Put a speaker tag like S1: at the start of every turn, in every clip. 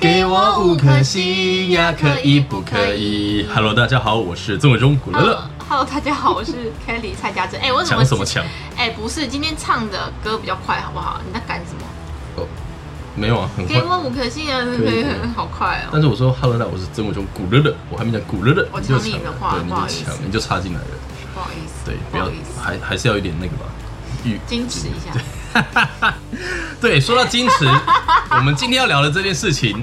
S1: 给我五颗星呀，可以不可以
S2: ？Hello，大家好，我是曾伟忠古乐乐。
S3: Hello，大家好，我 是 Kelly 蔡家珍。哎、我怎么
S2: 抢什么抢？
S3: 哎、不是，今天唱的歌比较快，好不好？你在赶什么？
S2: 哦没有啊，很
S3: 哦给
S2: 快。
S3: 我五颗星啊！对
S2: 可以
S3: 对
S2: 可以
S3: 对，好快哦。
S2: 但是我说 Hello，我是曾伟忠古乐乐，我还没讲古乐乐，
S3: 我
S2: 你就
S3: 抢你
S2: 抢
S3: 的
S2: 了
S3: 话
S2: 对，你
S3: 不好意
S2: 就
S3: 思
S2: 抢，你就插进来了。
S3: 不好意思，
S2: 对，不
S3: 不好
S2: 要
S3: 意思，，
S2: 还还是要有点那个吧，欲
S3: 矜持一下。
S2: 对，说到矜持，我们今天要聊的这件事情，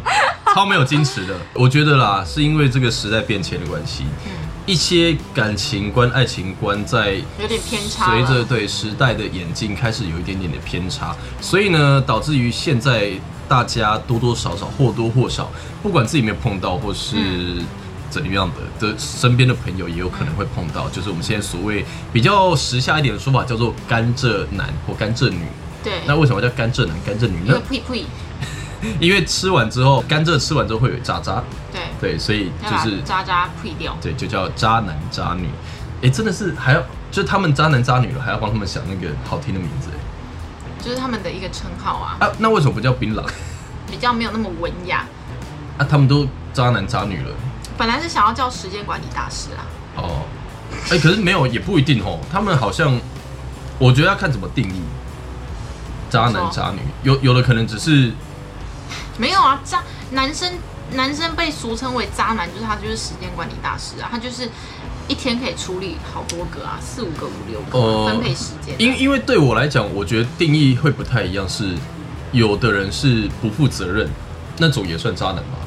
S2: 超没有矜持的。我觉得啦，是因为这个时代变迁的关系，
S3: 嗯
S2: 一些感情观、爱情观在
S3: 有点偏差
S2: 随
S3: 了
S2: 着对时代的演进开始有一点点的偏差，所以呢，导致于现在大家多多少少或多或少，不管自己有没有碰到，或是
S3: 嗯
S2: 怎么样的的身边的朋友也有可能会碰到，就是我们现在所谓比较时下一点的说法叫做“甘蔗男”或“甘蔗女”。
S3: 对，
S2: 那为什么叫甘蔗男、甘蔗女
S3: 因
S2: 呢
S3: 为？呸呸，
S2: 因为吃完之后，甘蔗吃完之后会有渣渣，
S3: 对，
S2: 对，所以
S3: 要
S2: 就
S3: 把
S2: 是
S3: 啊渣渣呸掉。
S2: 对，就叫渣男渣女。哎，真的是还要，就是他们渣男渣女了，还要帮他们想那个好听的名字。诶
S3: 就是他们的一个称号啊，
S2: 啊，那为什么不叫槟榔？
S3: 比较没有那么文雅。
S2: 啊，他们都渣男渣女了。
S3: 本来是想要叫时间管理大师啊，
S2: 哦，哎，可是没有也不一定哦，他们好像，我觉得要看怎么定义。渣男渣女，有有的可能只是
S3: 没有啊，渣男生男生被俗称为渣男，就是他就是时间管理大师啊，他就是一天可以处理好多个啊，四五个、五六个、
S2: 哦
S3: 分配时间啊、
S2: 因因为对我来讲，我觉得定义会不太一样，是有的人是不负责任，那种也算渣男吧。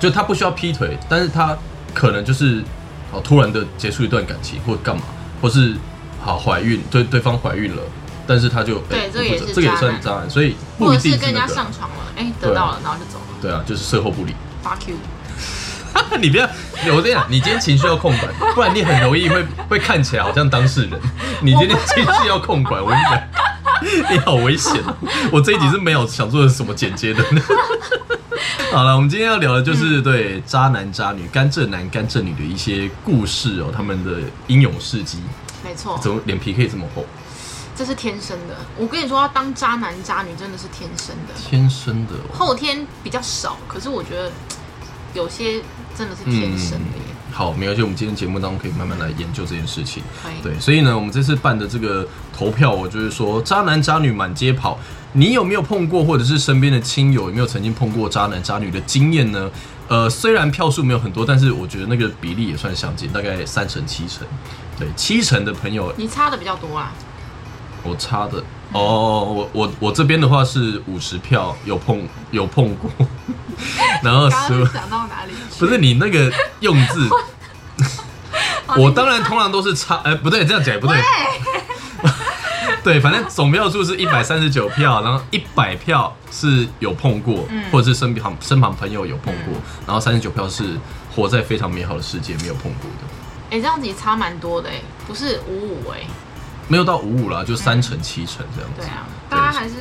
S2: 就他不需要劈腿，但是他可能就是哦突然的结束一段感情，或干嘛，或是好怀孕，对对方怀孕了，但是他就
S3: 对
S2: 哎
S3: 这个也
S2: 不负责
S3: 是
S2: 这个也
S3: 渣
S2: 算
S3: 男
S2: 渣男，所以不
S3: 或
S2: 一
S3: 者
S2: 定
S3: 是
S2: 是
S3: 跟人家
S2: 那个
S3: 上床了，哎、
S2: 对啊
S3: 得到了，然后就走了
S2: 对啊，就是事后不理。
S3: ，fuck you。
S2: 你不要，我跟你讲，你今天情绪要控管，不然你很容易会会看起来好像当事人。你今天情绪要控管，我跟你 讲，你好危险哦、我这一集是没有想做什么剪接的。 好了，我们今天要聊的就是对渣男渣女、甘蔗男甘蔗女的一些故事哦、他们的英勇事迹。
S3: 没错，
S2: 怎么脸皮可以这么厚？
S3: 这是天生的。我跟你说，要当渣男渣女真的是天生的，
S2: 天生的、哦。
S3: 后天比较少。可是我觉得有些真的是天生的耶。
S2: 好，没关系，我们今天节目当中可以慢慢来研究这件事情。
S3: 可以
S2: 对，所以呢，我们这次办的这个投票，我就是说，渣男渣女满街跑，你有没有碰过，或者是身边的亲友有没有曾经碰过渣男渣女的经验呢？呃，虽然票数没有很多，但是我觉得那个比例也算相近，大概三成七成。对，七成的朋友
S3: 你差的比较多啊，
S2: 我差的哦，我我我这边的话是五十票，有碰有碰过， 然后
S3: 刚
S2: 十
S3: 刚是讲到哪里去？
S2: 不是你那个用字。
S3: 好
S2: 我当然通常都是差，哎、不对，这样讲也 不对。对，反正总票数是一百三十九票，然后一百票是有碰过，
S3: 嗯
S2: 或者是身旁身旁朋友有碰过，然后三十九票是活在非常美好的世界没有碰过的，
S3: 哎、这样子也差蛮多的哎，不是五五哎，
S2: 没有到五五啦，就三成七成这样子。
S3: 对啊，大家还是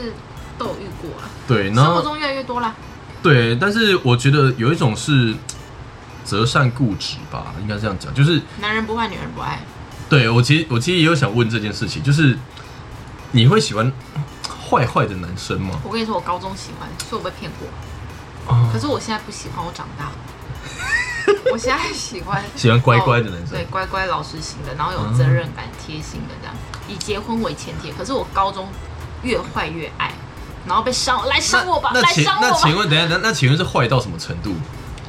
S3: 都有遇过啊，
S2: 对，然
S3: 生活
S2: 后
S3: 中越来越多啦。
S2: 对，但是我觉得有一种是择善固执吧，应该这样讲，就是
S3: 男人不坏，女人不爱，
S2: 对我其实我其实也有想问这件事情，就是你会喜欢坏坏的男生吗？
S3: 我跟你说，我高中喜欢，所以我被骗过。
S2: 啊
S3: 可是我现在不喜欢，我长 大了。我现在喜欢
S2: 喜欢乖乖的男生嗯
S3: 对，乖乖老实型的，然后有责任感、贴心的这样，以结婚为前提。可是我高中越坏越爱，然后被伤，来伤我吧，
S2: 那
S3: 来
S2: 请
S3: 伤
S2: 那
S3: 我
S2: 请
S3: 吧，
S2: 问，等一下，那那请问是坏到什么程度？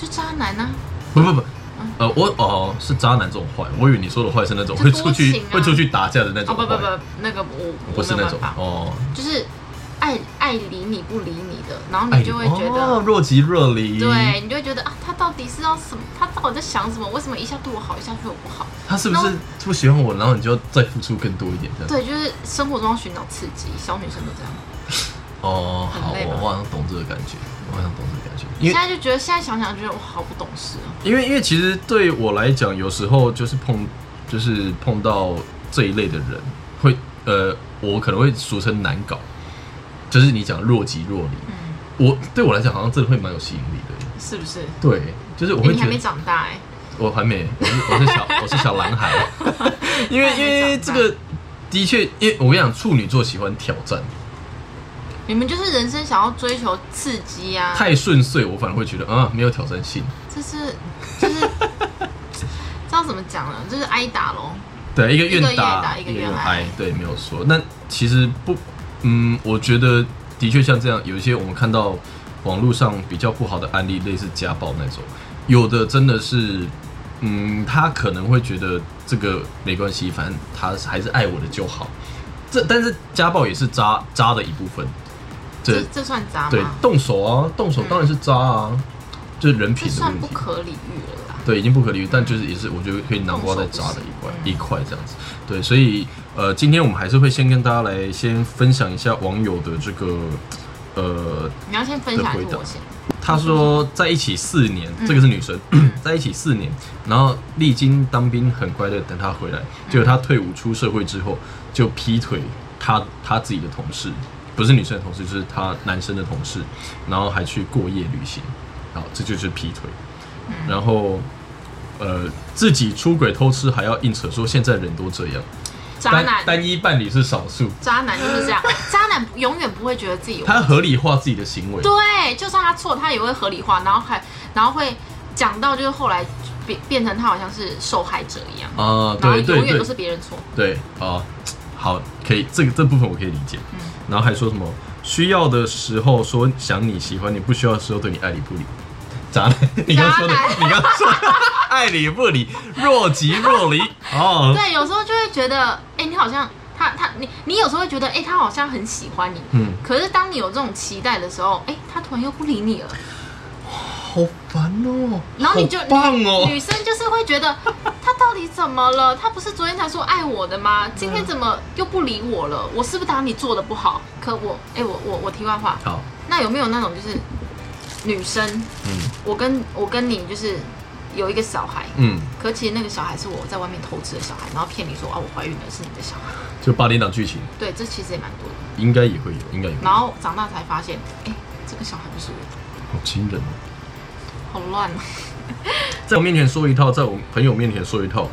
S3: 就渣男啊，
S2: 不不不，
S3: 嗯
S2: 呃，我哦是渣男这种坏，我以为你说的坏是那种
S3: 就
S2: 会出
S3: 多
S2: 去
S3: 情啊
S2: 会出去打架的那
S3: 哦
S2: 种坏，
S3: 不不不，那个我
S2: 不
S3: 我
S2: 是
S3: 没有
S2: 那
S3: 办
S2: 种
S3: 法，
S2: 哦，
S3: 就是爱爱理你不理你的，然后
S2: 哎
S3: 你就会觉得。
S2: 哦若即若离，
S3: 对，你就会觉得啊，他到底是要什么？他到底在想什么？为什么一下对我好，一下对我不好？
S2: 他是不是不喜欢我，然后你就要再付出更多一点这样？
S3: 对，就是生活中要寻找刺激，小女生都这样。
S2: 哦，好，
S3: 很累吧
S2: 我好像懂这个感觉，我好像懂这个感觉，因
S3: 现
S2: 为
S3: 在就觉得，现在想想觉得我好不懂事哦。
S2: 因为因为其实对我来讲，有时候就是碰就是碰到这一类的人，会呃，我可能会俗称难搞，就是你讲若即若离。
S3: 嗯，
S2: 我对我来讲，好像真的会蛮有吸引力的。
S3: 是不是？
S2: 对，就是我
S3: 欸
S2: 会
S3: 你
S2: 觉
S3: 还没
S2: 得
S3: 长大哎、
S2: 我还没，我是我是 小我是小男孩，因为因为这个的确，因为我跟你讲，处女座喜欢挑战，
S3: 你们就是人生想要追求刺激啊，
S2: 太顺遂，我反而会觉得啊，没有挑战性。
S3: 这是就是知道怎么讲呢？就是挨打喽。
S2: 对，一个愿
S3: 一个愿打一个愿挨
S2: 挨，对，没有错。那其实不，嗯，我觉得的确像这样，有一些我们看到网络上比较不好的案例，类似家暴那种，有的真的是，嗯，他可能会觉得这个没关系，反正他还是爱我的就好。这但是家暴也是渣渣的一部分，
S3: 这
S2: 这
S3: 这算渣
S2: 对
S3: 吗？嗯
S2: 动手啊，动手当然是渣啊，就是人
S3: 这
S2: 品的
S3: 算
S2: 问
S3: 不
S2: 题。
S3: 可理喻了啦。
S2: 对，已经不可理喻，但就是也是我觉得可以南瓜再炸的一块一块这样子。对，所以呃，今天我们还是会先跟大家来先分享一下网友的这个呃，
S3: 你要先分享还
S2: 的
S3: 是
S2: 回答
S3: 我先？
S2: 他说在一起四年，
S3: 嗯
S2: 这个是女生， 在一起四年，然后历经当兵很快乐，等他回来，结果他退伍出社会之后就劈腿他他自己的同事，不是女生的同事，就是他男生的同事，然后还去过夜旅行，好，这就是劈腿。
S3: 嗯
S2: 然后呃自己出轨偷吃还要硬扯说现在人都这样，
S3: 渣
S2: 单
S3: 男，
S2: 单一伴侣是少数，
S3: 渣男就是这样，渣男永远不会觉得自己有
S2: 他合理化自己的行为，
S3: 对，就算他错，他也会合理化，然后还然后会讲到就是后来变变成他好像是受害者一样，
S2: 啊，
S3: 然后
S2: 对对
S3: 永远都
S2: 对
S3: 是别人错。
S2: 对啊，好，可以这个这部分我可以理解，
S3: 嗯
S2: 然后还说什么需要的时候说想你喜欢你，不需要的时候对你爱理不理。渣男，你刚说的
S3: 渣男，
S2: 你刚说的爱理不理，若即若离哦。
S3: 对，有时候就会觉得，哎、你好像他他你你有时候会觉得，哎、他好像很喜欢你，
S2: 嗯，
S3: 可是当你有这种期待的时候，哎、他突然又不理你了，
S2: 好烦哦。
S3: 然后你就
S2: 好棒哦，
S3: 女生就是会觉得哎他到底怎么了？他不是昨天才说爱我的
S2: 嗯
S3: 吗？今天怎么又不理我了？我是不是哪里做的不好？可我，哎、我我我题外话，
S2: 好，
S3: 那有没有那种就是女生，
S2: 嗯
S3: 我跟我跟你就是有一个小孩，
S2: 嗯，
S3: 可其实那个小孩是我在外面偷吃的小孩，然后骗你说啊我怀孕了是你的小孩，
S2: 就八点档剧情。
S3: 对，这其实也蛮多的。
S2: 应该也会有，应该也会有，
S3: 然后长大才发现，哎、这个小孩不是我的，
S2: 好惊人哦！
S3: 好乱哦、
S2: 在我面前说一套，在我朋友面前说一套，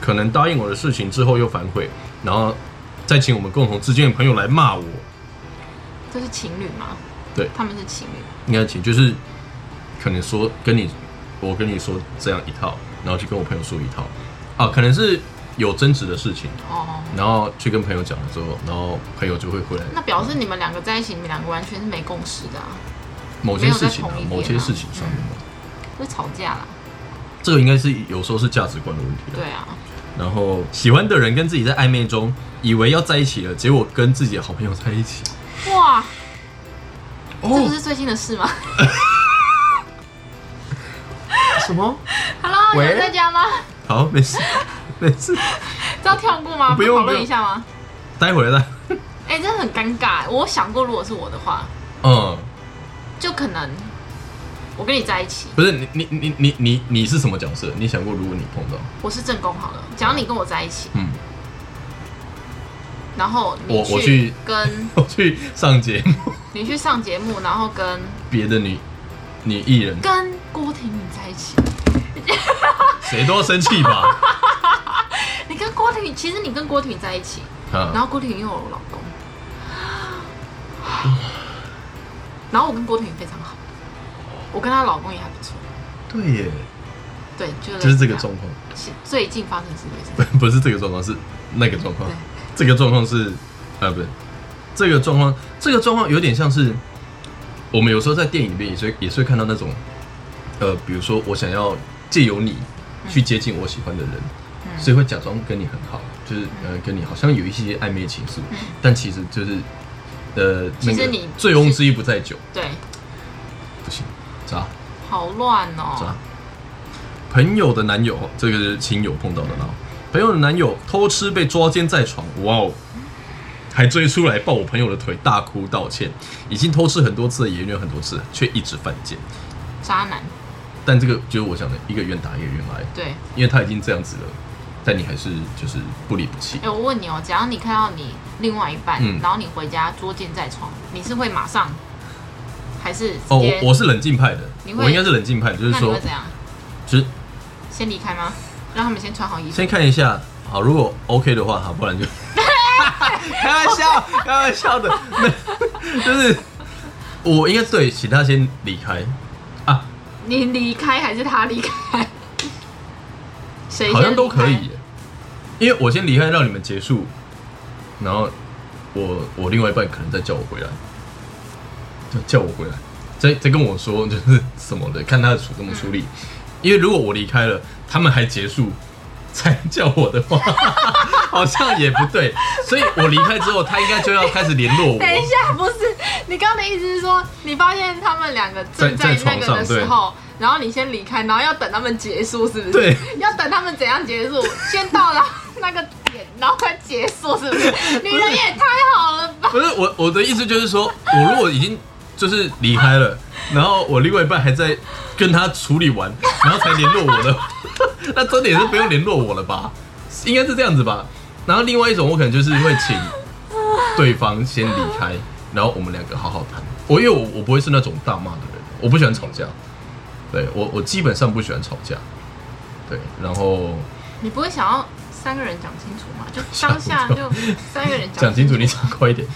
S2: 可能答应我的事情之后又反悔，然后再请我们共同之间的朋友来骂我，
S3: 这是情侣吗？
S2: 对
S3: 他们是情侣，
S2: 应该请就是可能说跟你，我跟你说这样一套，然后去跟我朋友说一套，啊，可能是有争执的事情，
S3: 哦。
S2: 然后去跟朋友讲了之后，然后朋友就会回来
S3: 那表示你们两个在一起，你们两个完全是没共识的啊，
S2: 某些事情、
S3: 没有在同
S2: 啊
S3: 一，边啊
S2: 某些事情上面嘛，
S3: 会吵架啦。
S2: 这个应该是有时候是价值观的问题、啊。
S3: 对啊，
S2: 然后喜欢的人跟自己在暧昧中，以为要在一起了，结果跟自己的好朋友在一起。
S3: 哇，这不
S2: 哦，
S3: 是最近的事吗
S2: 什么？
S3: ？Hello，有
S2: 喂
S3: 人在家吗？
S2: 好，没事， 没事，
S3: 这要跳过吗？
S2: 不用
S3: 讨论
S2: 不用
S3: 一下吗？
S2: 待会儿再。
S3: 哎、真的很尴尬。我想过，如果是我的话，
S2: 嗯，
S3: 就可能我跟你在一起，
S2: 不是你你你你你你是什么角色？你想过如果你碰到，
S3: 我是正宫好了。假如你跟我在一起，
S2: 嗯，
S3: 然后你
S2: 我我去
S3: 跟
S2: 我去上节目，
S3: 你去上节目，然后跟
S2: 别的女女艺人，
S3: 跟郭婷婷在一起，
S2: 谁都要生气吧？
S3: 你跟郭婷，其实你跟郭婷在一起，然
S2: 啊，
S3: 后郭婷又有我老公，然后我跟郭婷非常好，我跟她老公也还不错，
S2: 对耶，
S3: 对，就是
S2: 就是这个
S3: 类似
S2: 状况，
S3: 样是最近发生的事情。
S2: 不不是这个状况，是那个状况
S3: 对。
S2: 这个状况是，呃，不是，这个状况，这个状况有点像是，我们有时候在电影里面也是也是会看到那种，呃，比如说我想要借由你去接近我喜欢的人，
S3: 嗯
S2: 所以会假装跟你很好，就是呃跟你好像有一些暧昧情愫，但其实就是，呃，
S3: 嗯其实
S2: 那个
S3: 你
S2: 醉翁之意不在酒，
S3: 对，
S2: 不行，渣
S3: 好乱
S2: 渣
S3: 哦、。
S2: 啊朋友的男友，这个是亲友碰到的啦。朋友的男友偷吃被抓奸在床，哇哦，还追出来抱我朋友的腿，大哭道歉。已经偷吃很多次，也虐很多次，却一直犯贱。
S3: 渣男，
S2: 但这个就是我想的，一个愿打一个愿挨，
S3: 对。
S2: 因为他已经这样子了，但你还是就是不离不弃
S3: 哎、。我问你哦、只要你看到你另外一半，
S2: 嗯
S3: 然后你回家捉奸在床，你是会马上，还是直
S2: 哦，
S3: 接
S2: 我我是冷静派的
S3: 呃你，会
S2: 我应该是冷静派，就是
S3: 那你
S2: 说
S3: 会，怎样？
S2: 就是
S3: 先离开吗？让他们先穿好衣服。
S2: 先看一下，好， 如果 OK 的话，好，不然就开玩笑，开玩笑的。那就是我应该对，请他先离开啊，
S3: 你离开还是他离开？谁
S2: 好像
S3: 先
S2: 都
S3: 离开
S2: 可以耶，因为我先离开，让你们结束，然后我我另外一半可能再叫我回来，就叫我回来，再再跟我说就是什么的，看他的处怎么处理。
S3: 嗯
S2: 因为如果我离开了，他们还结束才叫我的话，好像也不对，所以我离开之后，他应该就要开始联络 我。
S3: 等一下，不是你刚刚的意思是说，你发现他们两个正
S2: 在在
S3: 那
S2: 床
S3: 个的
S2: 上对
S3: 时候，然后你先离开，然后要等他们结束，是不是？
S2: 对，
S3: 要等他们怎样结束？先到了 那个点，然后再结束，是不是？ 女人也太好了吧！
S2: 不是我我的意思就是说，我如果已经就是离开了，然后我另外一半还在跟他处理完，然后才联络我的， 那真的也是不用联络我了吧？应该是这样子吧。然后另外一种，我可能就是会请对方先离开，然后我们两个好好谈。我因为我我不会是那种大骂的人，我不喜欢吵架。对我我基本上不喜欢吵架。对，然后
S3: 你不会想要三个人讲清楚 吗？就当下就三个人
S2: 讲清楚，你讲快一点，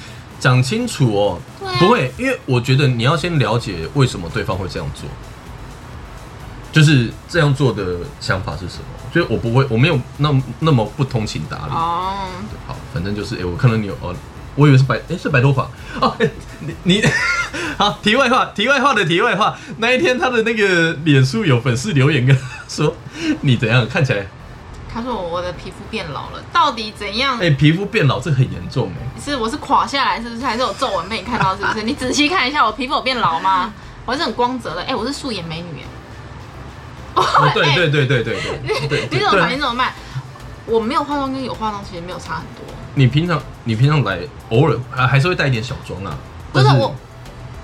S2: 讲清楚哦。
S3: 对啊
S2: 不会，因为我觉得你要先了解为什么对方会这样做，就是这样做的想法是什么。所以我不会，我没有那么那么不通情达理。
S3: 哦，
S2: 好，反正就是，哎、我看到你有哦，我以为是白，哎、是白头发哦、哎你 你好，题外话，题外话的题外话，那一天他的那个脸书有粉丝留言跟他 说，你怎样看起来，
S3: 他说我的皮肤变老了，到底怎样
S2: 哎、？皮肤变老，这很严重哎、
S3: 是我是垮下来是不是？还是有皱纹被你看到是 不是？你仔细看一下，我皮肤有变老吗？我还是很光泽的，哎、我是素颜美女耶，哎
S2: 哦， 对对对对对对对，
S3: 你
S2: 对
S3: 怎么
S2: 对
S3: 办？
S2: 啊
S3: 你怎么办？我没有化妆跟有化妆其实没有差很多，
S2: 你平常你平常来偶尔还还是会带一点小妆啊，
S3: 不是
S2: 但
S3: 我，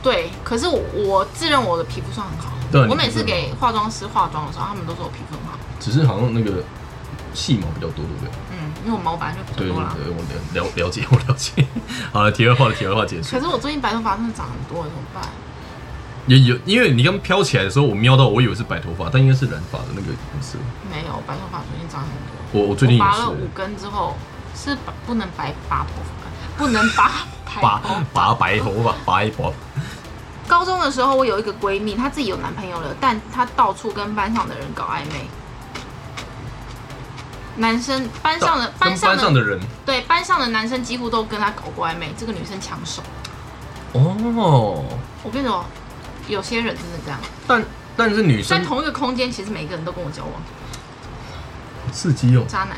S3: 对，可是我我自认我的皮肤算很好
S2: 对啊，你
S3: 我每次
S2: 皮肤很好
S3: 给化妆师化妆的时候，他们都说我皮肤很好，
S2: 只是好像那个细毛比较多，对不对？
S3: 嗯，因为我毛本来就比
S2: 对
S3: 较
S2: 对
S3: 多啦。
S2: 对，我了了了解，我了解。 好了，题外话的题外话结束
S3: 可。是我最近白头发真的长很多，怎么办？
S2: 也有，因为你刚飘起来的时候，我瞄到，我以为是白头发，但应该是染发的那个颜色。
S3: 没有，白头发最近长很多。
S2: 我我最近
S3: 我
S2: 也
S3: 拔了五
S2: 是
S3: 根之后是拔不能白拔头发，不能拔白
S2: 拔
S3: 头发
S2: 拔白头发，拔一拔。
S3: 高中的时候，我有一个闺蜜，她自己有男朋友了，但她到处跟班上的人搞暧昧。男生班上的班
S2: 跟
S3: 上
S2: 班
S3: 的
S2: 上的人
S3: 对班上的男生几乎都跟她搞过暧昧，这个女生抢手。
S2: 哦，
S3: 我跟你说，有些人真的这样，
S2: 但但是女
S3: 在
S2: 生
S3: 同一个空间，其实每一个人都跟我交往，
S2: 好刺激哦，
S3: 渣男。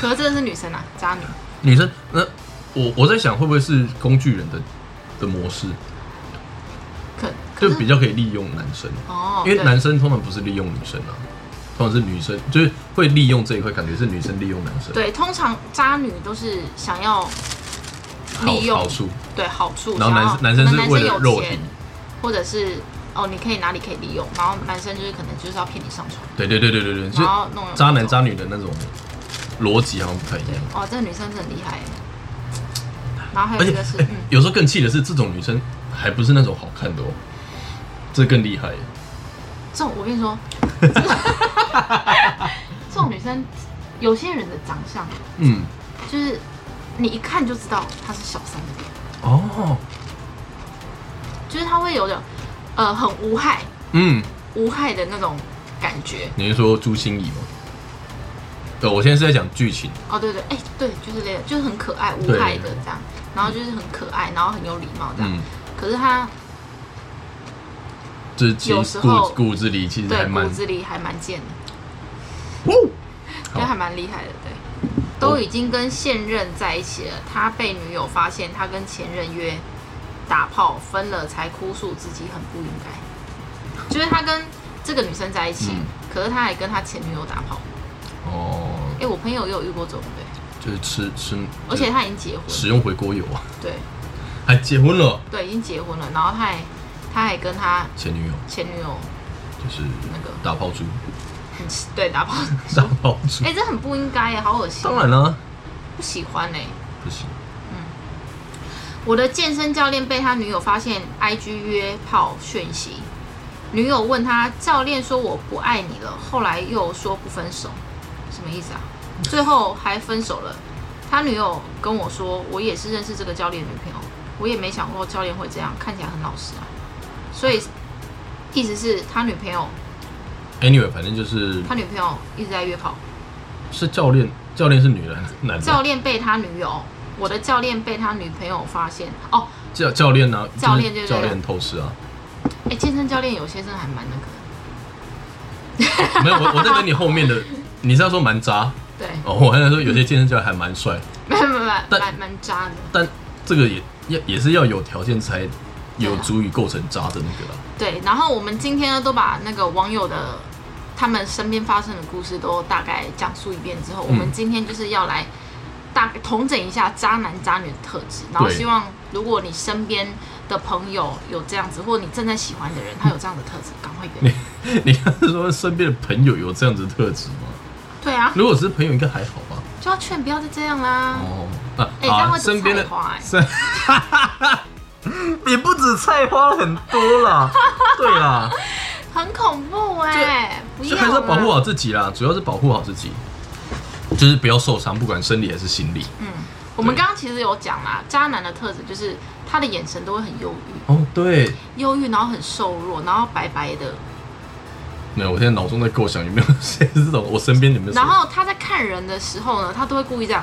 S3: 可是这个是女生啊，渣女。
S2: 女生那我我在想会不会是工具人的的模式，
S3: 可可
S2: 就是比较可以利用男生，
S3: 哦，
S2: 因为
S3: 对
S2: 男生通常不是利用女生啊，通常是女生就是会利用这一块，感觉是女生利用男生，
S3: 对，通常渣女都是想要
S2: 好
S3: 利用
S2: 好处，
S3: 对好处，
S2: 然后男
S3: 想要
S2: 生男生
S3: 可
S2: 是
S3: 能男
S2: 为
S3: 生
S2: 了
S3: 有
S2: 肉体
S3: 钱，或者是哦你可以哪里可以利用，然后男生就是可能就是要骗你上床，
S2: 对对对对对对，就
S3: 然后弄
S2: 渣男渣女的那种逻辑好像不太一样。
S3: 哦，这个女生真的很厉害耶。然后还
S2: 而
S3: 有一
S2: 且、
S3: 个是，
S2: 哎
S3: 嗯，
S2: 有时候更气的是，这种女生还不是那种好看的哦，这更厉害。
S3: 这种我跟你 说，这种女生有些人的长相
S2: 嗯，
S3: 就是你一看就知道她是小三的脸，
S2: 哦，
S3: 就是她会有点呃很无害
S2: 嗯，
S3: 无害的那种感觉。
S2: 你是说朱心怡吗？对，我现在是在讲剧情，
S3: 哦，对对，哎、对，就是这个，就是很可爱、无
S2: 对
S3: 害的这样，然后就是很可爱，然后很有礼貌这样。
S2: 嗯，
S3: 可是他
S2: 就是其
S3: 有
S2: 实
S3: 时
S2: 骨
S3: 候
S2: 骨子里其实还
S3: 对
S2: 蛮
S3: 骨，子里还蛮贱的，
S2: 哦
S3: 就还蛮厉害的，对。都已经跟现任在一起了，他被女友发现他跟前任约打炮分了，才哭诉自己很不应该。就是他跟这个女生在一起，
S2: 嗯
S3: 可是他还跟他前女友打炮。
S2: 哦，
S3: 哎，我朋友也有遇过这种对，
S2: 就是吃吃，
S3: 而且他已经结婚，
S2: 使用回锅油啊，
S3: 对
S2: 还结婚了，
S3: 对，已经结婚了，然后他还他还跟他
S2: 前女友
S3: 前女友
S2: 就是
S3: 那个
S2: 打炮猪，
S3: 很对打 炮，
S2: 打炮猪
S3: 哎、，这很不应该耶，好恶心，
S2: 当然啦、
S3: 不喜欢哎。
S2: 不行，
S3: 我的健身教练被他女友发现 IG 约炮讯息，女友问他，教练说我不爱你了，后来又说不分手，什么意思啊？最后还分手了。他女友跟我说，我也是认识这个教练的女朋友，我也没想过教练会这样，看起来很老实啊。所以意思是他女朋友，
S2: Anyway，反正就是
S3: 他女朋友一直在约炮，
S2: 是教练，教练是女的，男的。
S3: 教练被他女友，我的教练被他女朋友发现哦。
S2: 教教练呢、就是
S3: 教练就是
S2: 教练透视啊。
S3: 哎、健身教练有些真的还蛮那个的，
S2: 没有，我我在跟你后 面的，你是要说蛮渣
S3: 对，
S2: 哦？我还想说有些健身教练还蛮帅，
S3: 没有没有没有蛮
S2: 但
S3: 蛮蛮渣的。
S2: 但这个也也也是要有条件才有
S3: 对啊
S2: 足以构成渣的那个啦。
S3: 对，然后我们今天呢都把那个网友的他们身边发生的故事都大概讲述一遍之后，我们今天就是要来大概统整一下渣男渣女的特质，然后
S2: 对
S3: 希望如果你身边的朋友有这样子，或你正在喜欢的人他有这样的特质，赶快 远离。
S2: 你刚才说身边的朋友有这样子的特质吗？
S3: 对啊，
S2: 如果是朋友，应该还好吧？
S3: 就要劝不要再这样啦。
S2: 哦，啊，
S3: 哎、这
S2: 好
S3: 样
S2: 啊
S3: 会
S2: 身边的
S3: 菜花哎、
S2: 是，你不止菜花很多啦，对 啦，
S3: 很恐怖哎、不
S2: 所
S3: 要
S2: 以还是要
S3: 啦
S2: 保护好自己啦，主要是保护好自己，就是不要受伤，不管生理还是心理。
S3: 嗯我们
S2: 对
S3: 刚刚其实有讲啦，渣男的特质就是他的眼神都会很忧郁。
S2: 哦，对，
S3: 忧郁，然后很瘦弱，然后白白的，
S2: 没有，我现在脑中在构想有没有谁是这种，我身边有没有谁？
S3: 然后他在看人的时候呢，他都会故意这样，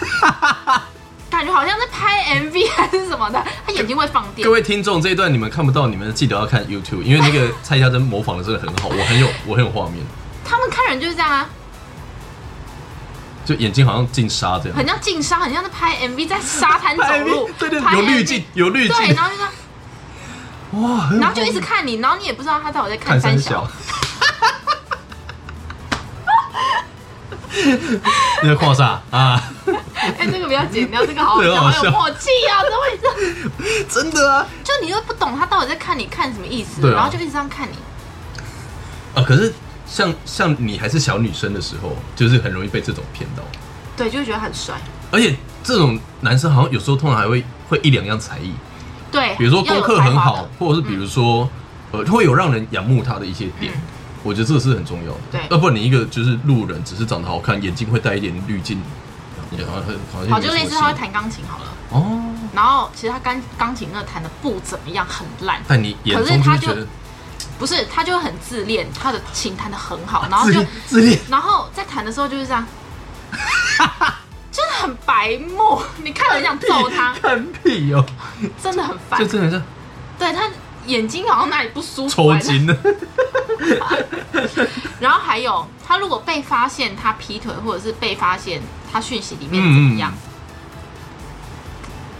S3: 感觉好像在拍 MV 还是什么的，他眼睛会放电
S2: 各。位听众，这一段你们看不到，你们记得要看 YouTube，因为 那个蔡家珍模仿的真的很好，我很有我很有画面，
S3: 他们看人就是这样啊，
S2: 就眼睛好像进沙这样，，
S3: 很像进沙，很像在拍 MV，在沙滩走路
S2: 对对，
S3: 拍
S2: 有滤
S3: MV
S2: 镜，，有滤镜嗯
S3: 对，，然后就这样，
S2: 哇，很有
S3: 然后就一
S2: 画
S3: 直
S2: 面
S3: 看你，然后你也不知道他到底在看
S2: 看三
S3: 三
S2: 小
S3: 小。。
S2: 那个画啥啊？
S3: 哎，这个不要剪掉，这个好好
S2: 这个
S3: 笑，
S2: 好
S3: 好
S2: 笑
S3: 有默契啊，怎么会这样？
S2: 真的啊？
S3: 就你又不懂他到底在看你看什么意思，
S2: 对啊
S3: 然后就一直这样看你。
S2: 啊，可是像像你还是小女生的时候，就是很容易被这种骗到，
S3: 对，就会觉得很帅。
S2: 而且这种男生好像有时候通常还会会一两样才艺，
S3: 对，
S2: 比如说
S3: 要
S2: 功
S3: 有
S2: 课
S3: 才
S2: 很
S3: 华
S2: 好
S3: 的，
S2: 或者是比如说、呃会有让人仰慕他的一些点。
S3: 嗯
S2: 我觉得这是很重要的，
S3: 对
S2: 要不然你一个就是路人，只是长得好看，眼睛会带一点滤镜，也好像好像
S3: 好，
S2: 没
S3: 就
S2: 什么
S3: 类似他会
S2: 吸引
S3: 弹钢琴好了，
S2: 哦，
S3: 然后其实他钢钢琴那弹的不怎么样，很烂，
S2: 但你眼
S3: 可是
S2: 中就
S3: 他
S2: 会觉
S3: 就
S2: 得
S3: 不是，他就很自恋，他的琴弹的很好，然后
S2: 自
S3: 就
S2: 恋自恋，
S3: 然后在弹的时候就是这 样，真的很白目，你看了很想揍 他，
S2: 看屁哦、
S3: 真的很烦
S2: 就，真 的是
S3: 对他眼睛好像哪里不舒服
S2: 抽
S3: 啊，
S2: 筋了。
S3: 然后还有他如果被发现他劈腿，或者是被发现他讯息里面怎
S2: 嗯
S3: 么
S2: 嗯
S3: 样，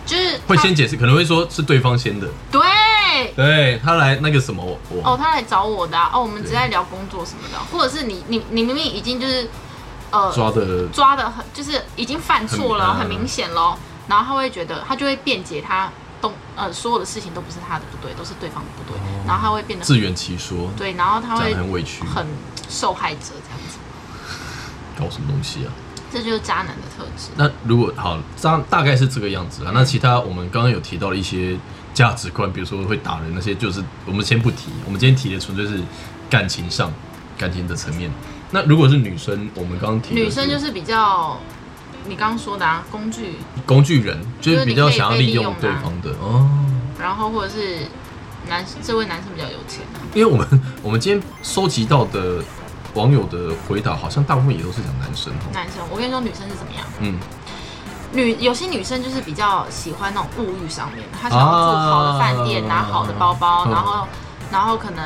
S3: 就是
S2: 会
S3: 他
S2: 先解释，可能会说是对方先的，
S3: 对
S2: 对他来那个什么我我、
S3: 哦，他来找我的、啊、哦，我们只在聊工作什么的，啊或者是你你你明明已经就是呃
S2: 抓的
S3: 抓的很，就是已经犯错了，
S2: 很嗯
S3: 很明显咯。然后他会觉得他就会辩解他动呃所有的事情都不是他的不对，都是对方的不对，
S2: 哦
S3: 然后他会变得
S2: 自圆其说，
S3: 对，然后他
S2: 讲
S3: 会
S2: 得很委屈，
S3: 很受害者这样子，
S2: 搞什么东西啊？
S3: 这就是渣男的特质。
S2: 那如果好，大大概是这个样
S3: 嗯
S2: 子啊。那其他我们刚刚有提到的一些价值观，比如说会打人那些，就是我们先不提。我们今天提的纯粹是感情上感情的层面。那如果是女生，我们刚刚提的
S3: 女生就是比较你刚刚说的啊，工具，
S2: 工具人，就是比较想要利用
S3: 就是你
S2: 对
S3: 可以被利用啊
S2: 方的哦。
S3: 然后或者是男这位男生比较有钱啊，
S2: 因为我们我们今天收集到的网友的回答，好像大部分也都是讲男生哦。
S3: 男生我跟你说女生是怎么样？
S2: 嗯，
S3: 女有些女生就是比较喜欢那种物欲上面的，她想要住好的饭店，
S2: 啊
S3: 拿好的包包，
S2: 嗯
S3: 然后然后可能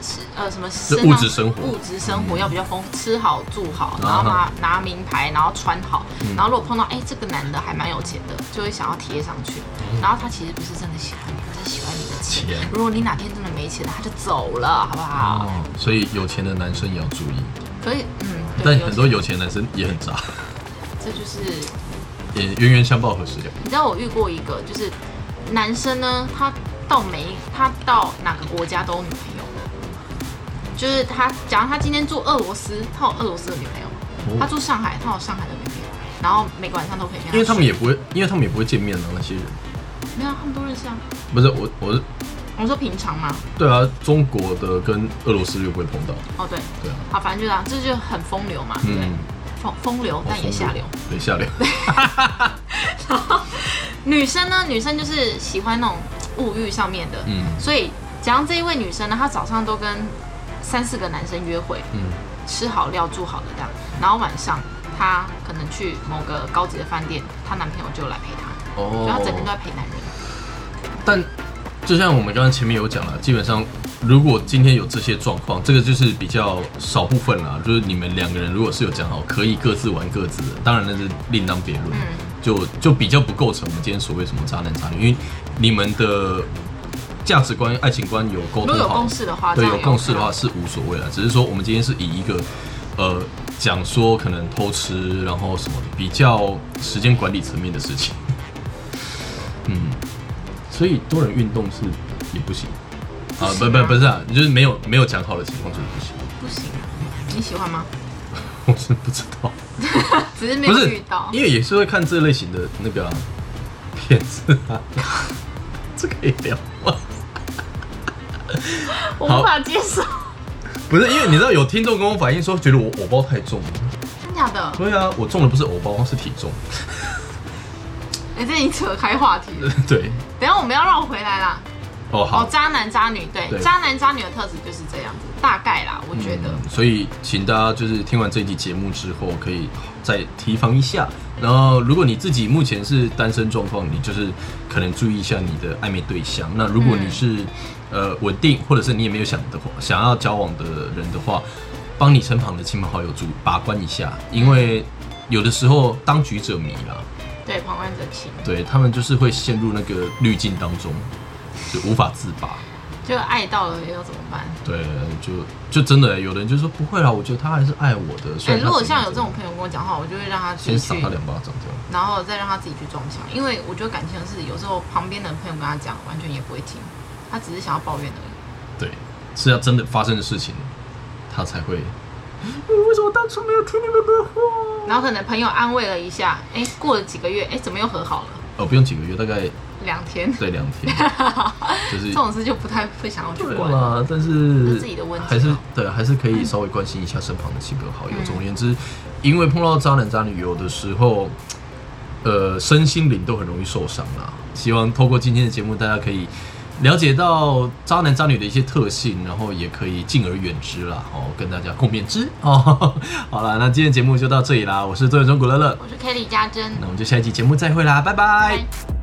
S3: 是呃什么
S2: 就
S3: 身上
S2: 物质生活
S3: 物质生活要比较丰富，吃好住好，
S2: 啊嗯
S3: 然后拿拿名牌，然后穿好，然后如果碰到哎这个男的还蛮有钱的，就会想要贴上去，然后他其实不是真的喜欢你，他是喜欢你的钱。
S2: 嗯钱
S3: 如果你哪天真的没钱了，他就走了，好不好？
S2: 哦，所以有钱的男生也要注意，
S3: 可以，嗯，对
S2: 但很多
S3: 有
S2: 有钱男生也很渣，
S3: 钱这就是
S2: 也冤冤相报何时了。
S3: 你知道我遇过一个，就是男生呢，他到每一他到哪个国家都有女朋友，就是他，假如他今天住俄罗斯，他有俄罗斯的女朋友；他
S2: 哦，
S3: 住上海，他有上海的女朋友。然后每个晚上都可以跟他睡，
S2: 因为他们也不会，因为他们也不会见面啊，那些人
S3: 没有，他们都认识啊。
S2: 不是我，我是
S3: 我说平常嘛，
S2: 对啊，中国的跟俄罗斯又不会碰到，
S3: 哦对，
S2: 对啊，
S3: 好，反正就这样，这就很风流嘛，对不对，
S2: 嗯，
S3: 风风流
S2: 好
S3: 但也下流。，
S2: 对下流，
S3: 女生呢，女生就是喜欢那种物欲上面的，
S2: 嗯
S3: 所以讲这一位女生呢，她早上都跟三四个男生约会，
S2: 嗯
S3: 吃好料住好的这样，然后晚上她可能去某个高级的饭店，她男朋友就来陪她，所以她整天都在
S2: 哦，
S3: 陪男人。
S2: 但就像我们刚刚前面有讲了，基本上如果今天有这些状况，这个就是比较少部分啦。就是你们两个人如果是有讲好可以各自玩各自的，当然那是另当别论。
S3: 嗯，
S2: 就就比较不构成我们今天所谓什么渣男渣女，因为你们的价值观、爱情观有
S3: 如
S2: 沟通
S3: 果有
S2: 好
S3: 共，识的话，
S2: 对，
S3: 这样
S2: 有
S3: 也
S2: 共识的
S3: OK
S2: 话，是无所谓了。只是说我们今天是以一个呃讲说可能偷吃，然后什么比较时间管理层面的事情，嗯，所以多人运动是也不行啊，
S3: 不
S2: 不
S3: 行
S2: 不
S3: 啊
S2: 不是啊，就是没有没有讲好的情况就是不行，
S3: 不行啊，你喜欢吗？
S2: 我是不知道，
S3: 只是没
S2: 不
S3: 有
S2: 是
S3: 遇到，
S2: 因为也是会看这类型的那个、啊、片子啊， 这可以聊吗？
S3: 我
S2: 好
S3: 无法接受。
S2: 不是，因为你知道有听众跟我反映说，觉得我偶包太重了。
S3: 真假的？
S2: 对啊，我重的不是偶包，是体重。
S3: 哎、这你扯开话题了。
S2: 对，
S3: 等一下我们要绕回来啦。
S2: 哦
S3: 哦
S2: 好，，
S3: 渣男渣女，对，
S2: 对
S3: 渣男渣女的特质就是这样子，大概啦，我觉得。
S2: 嗯所以请大家就是听完这一集节目之后，可以再提防一下。然后，如果你自己目前是单身状况，你就是可能注意一下你的暧昧对象。那如果你是、呃稳定，或者是你也没有想的话，想要交往的人的话，帮你身旁的亲朋好友注意把关一下，因为有的时候当局者迷啦。
S3: 对，旁观者清，
S2: 对他们就是会陷入那个滤镜当中，就无法自拔。
S3: 就爱到了要怎么办？
S2: 对，就就真的、有的人就说不会啦，我觉得他还是爱我的。虽
S3: 哎、
S2: 然他
S3: 如果
S2: 怎样
S3: 像有这
S2: 怎
S3: 种
S2: 样
S3: 朋友跟我讲话，我就会让他自己
S2: 先赏
S3: 去
S2: 他，两巴掌这样。
S3: 然后再让他自己去撞墙，因为我觉得感情的事，有时候旁边的朋友跟他讲，完全也不会听，他只是想要抱怨而已。
S2: 对，是要真的发生的事情，他才会。你为什么当初没有听你们的话？
S3: 然后可能朋友安慰了一下，哎、过了几个月，哎、怎么又和好了？
S2: 哦，不用几个月，大概
S3: 两天，
S2: 对两天，就是
S3: 这种事就不太会想要去
S2: 对
S3: 管。
S2: 啦，但
S3: 这
S2: 是
S3: 是自己的问题啊
S2: 还是对，还是可以稍微关心一下身旁的亲朋好
S3: 嗯
S2: 友。总而言之，因为碰到渣男渣女，有的时候，呃，身心灵都很容易受伤啦。希望透过今天的节目，大家可以了解到渣男渣女的一些特性，然后也可以敬而远之啦。哦，跟大家共勉之哦。 好啦，那今天的节目就到这里啦。我是周远中古乐乐，
S3: 我是 Kelly 家珍，
S2: 那我们就下一期节目再会啦，拜拜
S3: 拜。